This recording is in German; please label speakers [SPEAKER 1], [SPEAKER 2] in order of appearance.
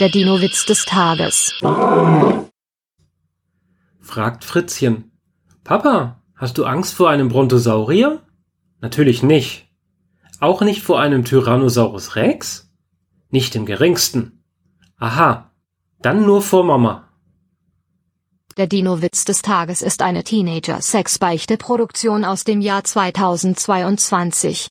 [SPEAKER 1] Der Dino-Witz des Tages.
[SPEAKER 2] fragt Fritzchen. Papa, hast du Angst vor einem Brontosaurier? Natürlich nicht. Auch nicht vor einem Tyrannosaurus Rex? Nicht im geringsten. Aha, dann nur vor Mama.
[SPEAKER 1] Der Dino-Witz des Tages ist eine Teenager-Sex-Beichte-Produktion aus dem Jahr 2022.